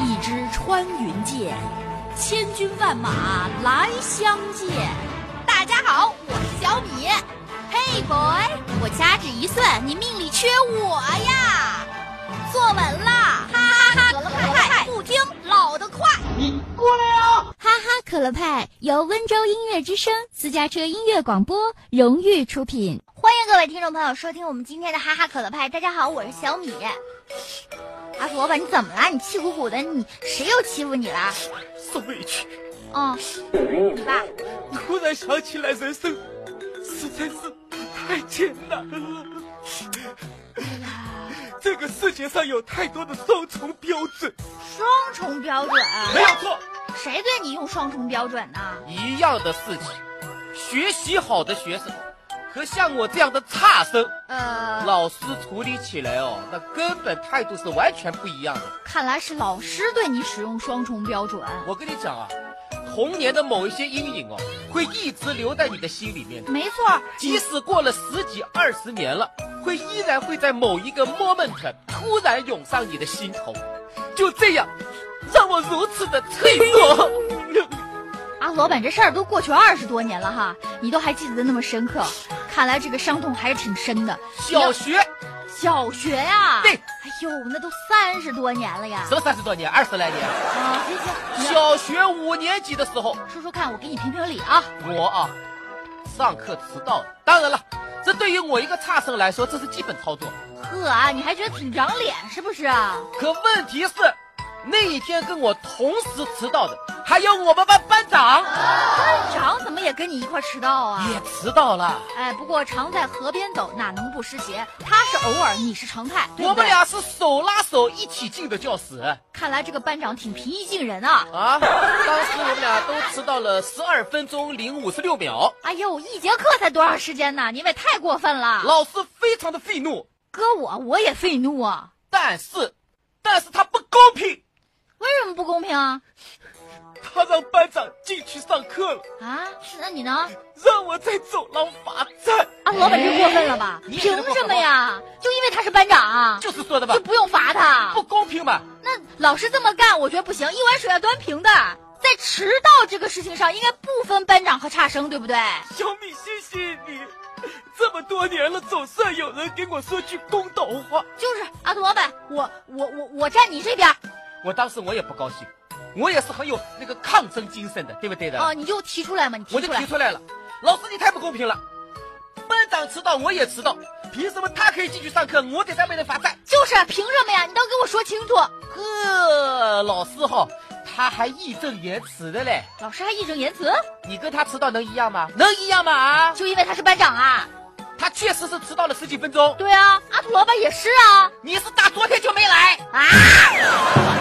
一支穿云箭，千军万马来相见。大家好，我是小米。Hey boy，我掐指一算，你命里缺我呀！坐稳啦，哈哈哈！可乐派不听老的快，你过来呀、啊！哈哈，可乐派由温州音乐之声私家车音乐广播荣誉出品。欢迎各位听众朋友收听我们今天的哈哈可乐派。大家好，我是小米。阿福老板，你怎么了？你气鼓鼓的，你谁又欺负你了？受委屈。嗯，你爸，突然想起来，人生实在是太艰难了。这个世界上有太多的双重标准，双重标准没有错。谁对你用双重标准呢？一样的事情，学习好的学生和像我这样的差生，呃，老师处理起来哦，那根本态度是完全不一样的。看来是老师对你使用双重标准。我跟你讲啊，童年的某一些阴影哦，会一直留在你的心里面的。没错，即使过了十几二十年了，会依然会在某一个 moment 突然涌上你的心头。就这样，让我如此的脆弱。啊，老板，这事儿都过去二十多年了哈，你都还记得那么深刻，看来这个伤痛还是挺深的。小学，小学呀、对哎呦，那都三十多年了呀什。么三十多年，二十来年，啊，行行，行小学五年级的时候，说说看，我给你评评理啊。我啊，上课迟到了。当然了，这对于我一个差生来说，这是基本操作。呵啊，你还觉得挺长脸是不是啊？可问题是，那一天跟我同时迟到的还有我们班班长，班长怎么也跟你一块儿迟到啊？也迟到了。哎，不过常在河边走，哪能不湿鞋？他是偶尔，你是常态，对我不对？们俩是手拉手一起进的教室啊！看来这个班长挺平易近人啊。当时我们俩都迟到了十二分钟零五十六秒，哎呦，一节课才多长时间呢？你们也太过分了！老师非常的愤怒，搁我我也愤怒啊！但是，但是他不公平，为什么不公平啊？他让班长进去上课了，啊，那你呢？让我在走廊罚站。啊，老板这过分了吧？哎你凭也觉得过分吗什么呀？就因为他是班长啊，就是说的吧就，不用罚他不？公平吧？那老师这么干，我觉得不行，一碗水要端平的。在迟到这个事情上，应该不分班长和差生，对不对？小米，谢谢你，这么多年了，总算有人给我说句公道话。就是阿土老板，我我我我站你这边儿我当时我也不高兴，我也是很有那个抗争精神的，对不对的？哦，你就提出来嘛，你提啊我就出提来。出来了，老师你太不公平了，班长迟到我也迟到，凭什么他可以进去上课，我得在外面罚站？就是啊凭什么呀？你倒给我说清楚。呵，老师哈，他还义正言辞的嘞，老师还义正言辞，你跟他迟到能一样吗？能一样吗？啊，就因为他是班长啊？他确实是迟到了十几分钟，对啊，阿土老板也是啊。你是打昨天就没来，啊！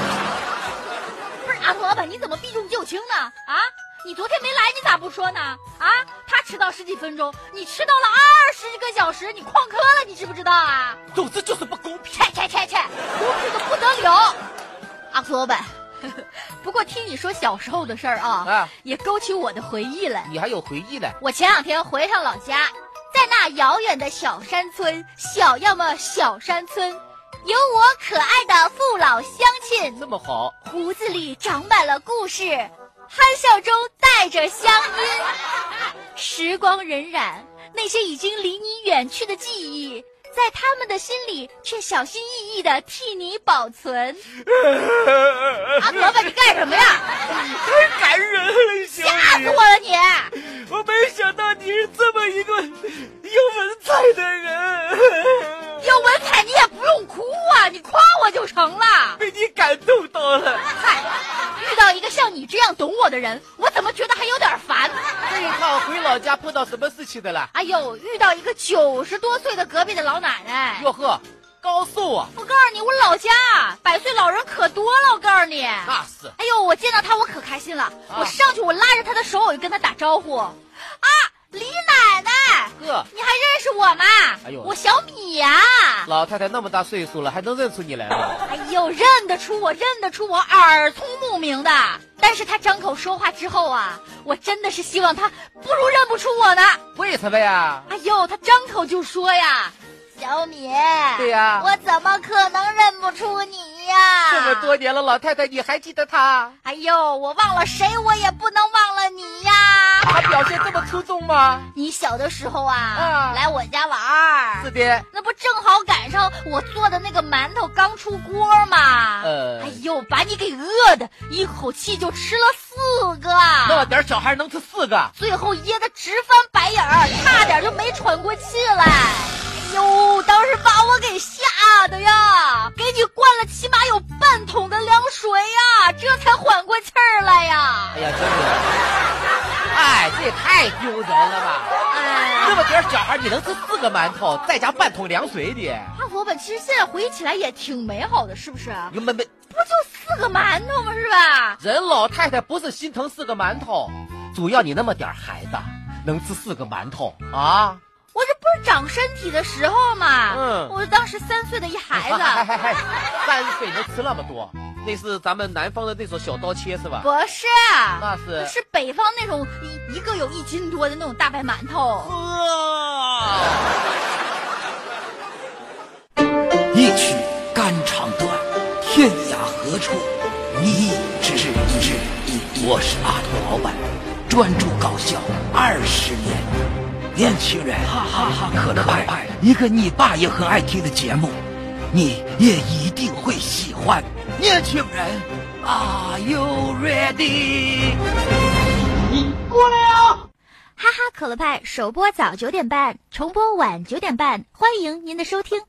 不是阿土老板，你怎么避重就轻呢？啊，你昨天没来，你咋不说呢？啊，他迟到十几分钟，你迟到了二十个小时，你旷课了，你知不知道啊？总之就是不公平。切切切切，公平的不得了！阿土老板，不过听你说小时候的事儿啊，啊也勾起我的回忆来。你还有回忆呢，我前两天回趟老家，在那遥远的小山村，小要么小山村，有我可爱的父老乡亲，这么好，胡子里长满了故事，憨笑中带着乡音。时光荏苒，那些已经离你远去的记忆，在他们的心里却小心翼翼地替你保存。阿伯伯，你干什么呀？啊太感人了，小吓米死我，了你！我没想到你是这么一个有文采的人，有文采你也不用哭啊，你夸我就成了。被你感动到了。嗨，遇到一个像你这样懂我的人，我怎么觉得还有点烦？这一趟哎回老家碰到什么事情的了？哎呦，遇到一个九十多岁的隔壁的老奶奶，哟呵，高寿啊！我告诉你，我老家啊百岁老人可多了，我告诉你。那是哎呦，我见到她我可开心了，啊我上去我拉着她的手，我就跟她打招呼。啊，李奶奶，呵，你还认识我吗？哎呦我小米呀、老太太那么大岁数了，还能认出你来吗？哎呦，认得出我，认得出我，耳聪目明的。但是他张口说话之后啊，我真的是希望他不如认不出我呢。为什么呀？哎呦，他张口就说呀，小米，对呀我怎么可能认不出你呀、这么多年了，老太太你还记得他？哎呦，我忘了谁，我也不能忘了你呀！他表现这么出众吗？你小的时候啊，啊来我家玩儿是，的，那不正好赶上我做的那个馒头刚出锅吗？呃哎呦，把你给饿的，一口气就吃了四个，那么点儿小孩能吃四个？最后噎得直翻白眼儿，差点就没喘过气来。哎呦，当时把我给吓的呀，给你灌了起码有半桶的凉水呀，这才缓过气儿来呀。哎呀，真的，哎，这也太丢人了吧！哎，这么点儿小孩，你能吃四个馒头，再加半桶凉水的，哈佛吧，其实现在回忆起来也挺美好的，是不是？啊你们没不就四个馒头吗？是吧？人老太太不是心疼四个馒头，主要你那么点儿孩子能吃四个馒头啊？我这不是长身体的时候嘛，嗯我当时三岁的一孩嗨 子，啊嗨嗨三岁能吃那么多，那是咱们南方的那种小刀切是吧？不是，那是啊是北方那种一一个有一斤多的那种大白馒头。啊，一曲肝肠断，天涯何处觅知音？我是阿土老板，专注搞笑二十年。年轻人，哈哈哈可乐派，一个你爸也很爱听的节目，你也一定会喜欢。年轻人，Are you ready？哈哈可乐派首播早九点半，重播晚九点半，欢迎您的收听。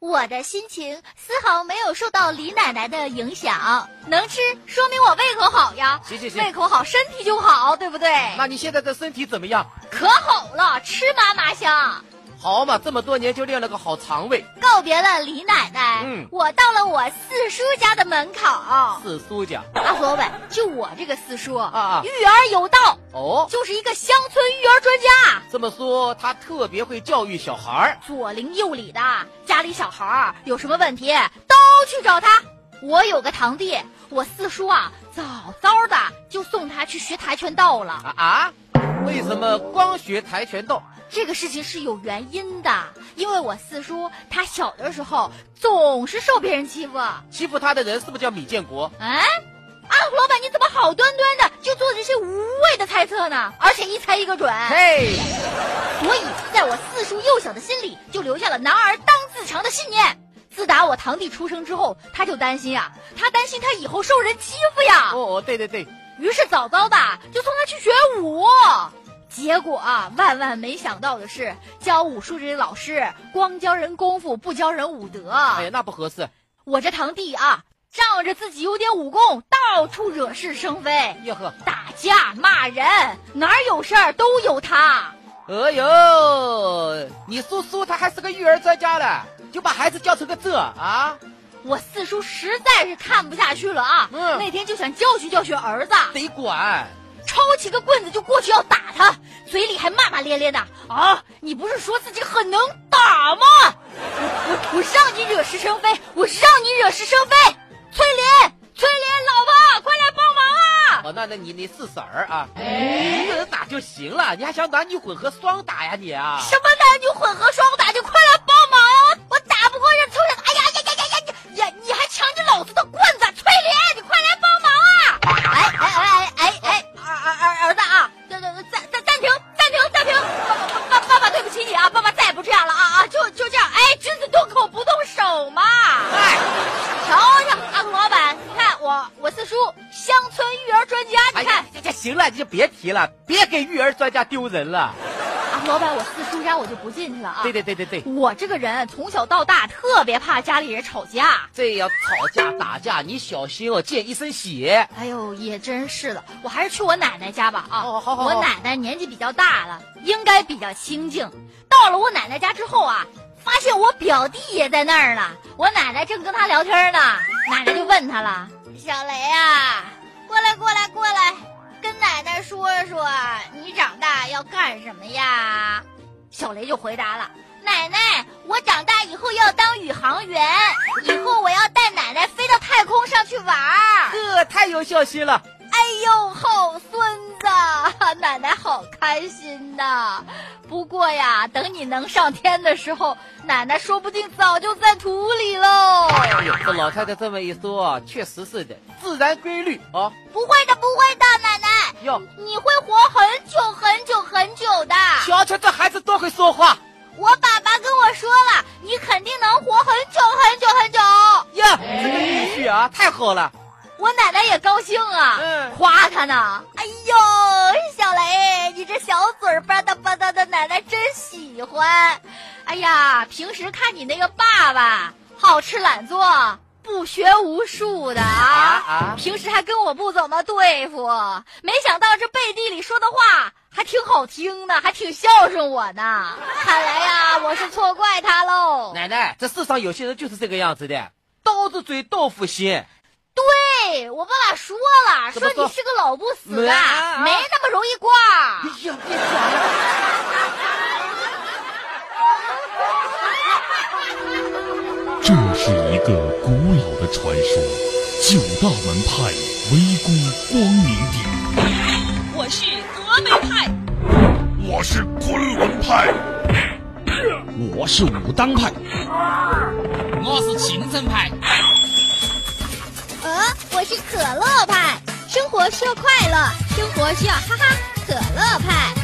我的心情丝毫没有受到李奶奶的影响，能吃说明我胃口好呀，行行行胃口好身体就好，对不对？那你现在的身体怎么样？可好了，吃嘛嘛香。好嘛，这么多年就练了个好肠胃。告别了李奶奶，嗯我到了我四叔家的门口。阿四叔家福老板，就我这个四叔，啊啊育儿有道，哦，就是一个乡村育儿专家，这么说他特别会教育小孩儿。左邻右里的家里小孩儿有什么问题都去找他。我有个堂弟，我四叔啊，早早的就送他去学跆拳道了。啊啊！为什么光学跆拳道？这个事情是有原因的，因为我四叔他小的时候总是受别人欺负。欺负他的人是不是叫米建国？哎，阿虎老板，你怎么好端端的就做这些无谓的猜测呢？而且一猜一个准，嘿，所以在我四叔幼小的心里就留下了“男儿当自强”的信念。自打我堂弟出生之后，他就担心啊，他担心他以后受人欺负呀，哦哦，对对对，于是早早的就送他去学武。结果啊，万万没想到的是，教武术这些老师光教人功夫，不教人武德。哎呀，那不合适。我这堂弟啊，仗着自己有点武功，到处惹是生非，哟呵，打架骂人，哪儿有事儿都有他。哎呦，你叔叔他还是个育儿专家嘞，就把孩子教成个这啊？我四叔实在是看不下去了啊，嗯那天就想教训教训儿子，得管。抄起个棍子就过去要打他，嘴里还骂骂咧咧的啊！你不是说自己很能打吗？我我我让你惹是生非，我让你惹是生非！翠莲，翠莲，老婆，快来帮忙啊！哦，那那你你四婶儿啊，你一个人打就行了，你还想男女混合双打呀你啊？什么男女混合双打，就快来帮忙啊！我打不过这村长，哎呀呀呀呀呀你呀！你还抢你老子的棍子，翠莲，你快来帮忙啊！哎哎哎哎哎哎，儿儿儿儿子啊，暂暂暂暂暂停暂停暂停，爸爸爸爸爸对不起你啊，爸爸再也不这样了啊啊，就就这样，哎，君子动口不动手嘛。哎，瞧瞧，阿古老板，你看我我四叔，乡村育儿专家，哎你看呀，这这行了，你就别提了，别给育儿专家丢人了。阿古老板，我四叔家我就不进去了啊。对对对对对，我这个人从小到大特别怕家里人吵架。这要吵架打架，你小心哦，溅一身血。哎呦，也真是的，我还是去我奶奶家吧啊！哦好好好我奶奶年纪比较大了，应该比较清静。到了我奶奶家之后啊，发现我表弟也在那儿呢，我奶奶正跟他聊天呢，奶奶就问他了：“小雷啊，过来过来过来，跟奶奶说说你长大要干什么呀？”小雷就回答了：“奶奶，我长大以后要当宇航员，以后我要带奶奶飞到太空上去玩儿。”这太有孝心了。哎呦，好孙子！ 呐，奶奶好开心呐！不过呀，等你能上天的时候，奶奶说不定早就在土里喽。这老太太这么一说，确实是的，自然规律啊。不会的，不会的，奶奶，哟，你会活很久很久很久的。瞧瞧这孩子多会说话我爸爸跟我说了，你肯定能活很久很久很久。呀！这个女婿啊，太好了。我奶奶也高兴啊，嗯夸他呢。哎呦，小雷，你这小嘴儿吧嗒吧嗒的，奶奶真喜欢。哎呀，平时看你那个爸爸好吃懒做，不学无术的啊，啊啊平时还跟我不怎么对付，没想到这背地里说的话。还挺好听的，还挺孝顺我呢。看来呀，我是错怪他喽。奶奶，这世上有些人就是这个样子的，哎刀子嘴豆腐心。对，我爸爸说了，怎么说说你是个老不死的，啊啊啊没那么容易挂。呀，别讲了。这是一个古老的传说，九大门派围攻光明顶。我是峨眉派，我是昆仑派，我是武当派，我是秦镇派，嗯呃，我是可乐派，生活需要快乐，生活需要哈哈可乐派。